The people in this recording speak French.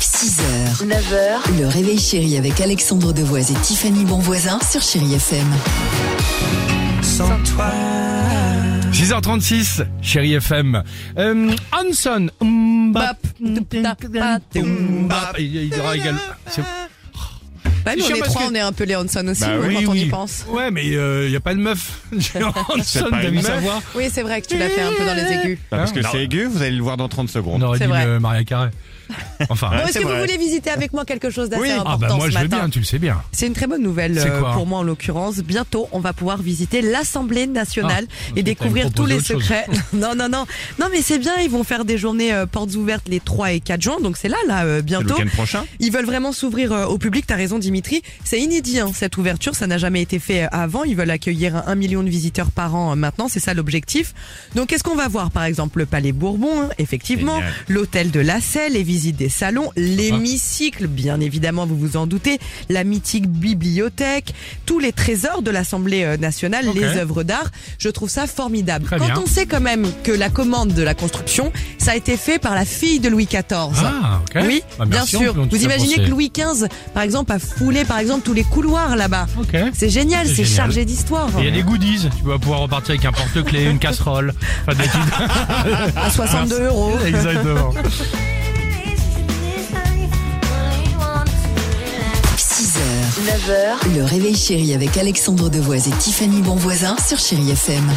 6h, 9h, le réveil chéri avec Alexandre Devoise et Tiffany Bonvoisin sur Chéri FM. 6h36, chérie FM. Euh, Hanson. Mbap. Mbap. Il il y aura également. c'est- Bah, C'est nous, on chiant est parce trois, que- on est un peu les Hanson aussi, Bah nous, oui, quand on y oui. pense. Ouais, mais il n'y a pas de meuf. J'ai Hanson, t'as vu ça voir Oui, c'est vrai que tu l'as fait un peu dans les aigus. Bah, parce que Non. c'est aigu, vous allez le voir dans 30 On secondes. aurait C'est dit vrai. le Maria Carré. Enfin. Bon, est-ce c'est que vrai. vous voulez visiter avec moi quelque chose d'assez Oui. Ah, bah, Ah important bah moi ce je veux matin bien, tu le sais bien. C'est une très bonne nouvelle C'est euh, quoi pour moi en l'occurrence. Bientôt, on va pouvoir visiter l'Assemblée nationale Ah, et je découvrir pensais que tous t'allais me les proposer secrets. non, non, non. Non, mais c'est bien, ils vont faire des journées euh, portes ouvertes les 3 et 4 juin, donc c'est là, là, euh, C'est le bientôt. week-end prochain. Ils veulent vraiment s'ouvrir euh, au public, t'as raison Dimitri. C'est inédit hein, cette ouverture, ça n'a jamais été fait euh, avant. Ils veulent accueillir un- un million de visiteurs par an euh, maintenant, c'est ça l'objectif. Donc qu'est-ce qu'on va voir Par exemple le Palais Bourbon, hein, effectivement, Génial. l'hôtel de la Selle, les visites des salons, l'hémicycle, bien évidemment, vous vous en doutez, la mythique bibliothèque, tous les trésors de l'Assemblée euh, nationale, Ok. les œuvres d'art. Je trouve ça formidable. Très Quand bien. on sait quand même que la commande de la construction, ça a été fait par la fille de Louis XIV. Ah, ok. Oui, Bah, bien merci, on sûr. peut- on peut Vous imaginez penser. que Louis XV, par exemple, a foulé, par exemple, tous les couloirs là-bas. Ok. Et C'est génial, C'est c'est génial. chargé d'histoire. Il y a des goodies, tu vas pouvoir repartir avec un porte-clés, une casserole, enfin des petites- À 62 euros. Exactement. 6h, 9h, le réveil chéri avec Alexandre Devoise et Tiffany Bonvoisin sur Chéri FM.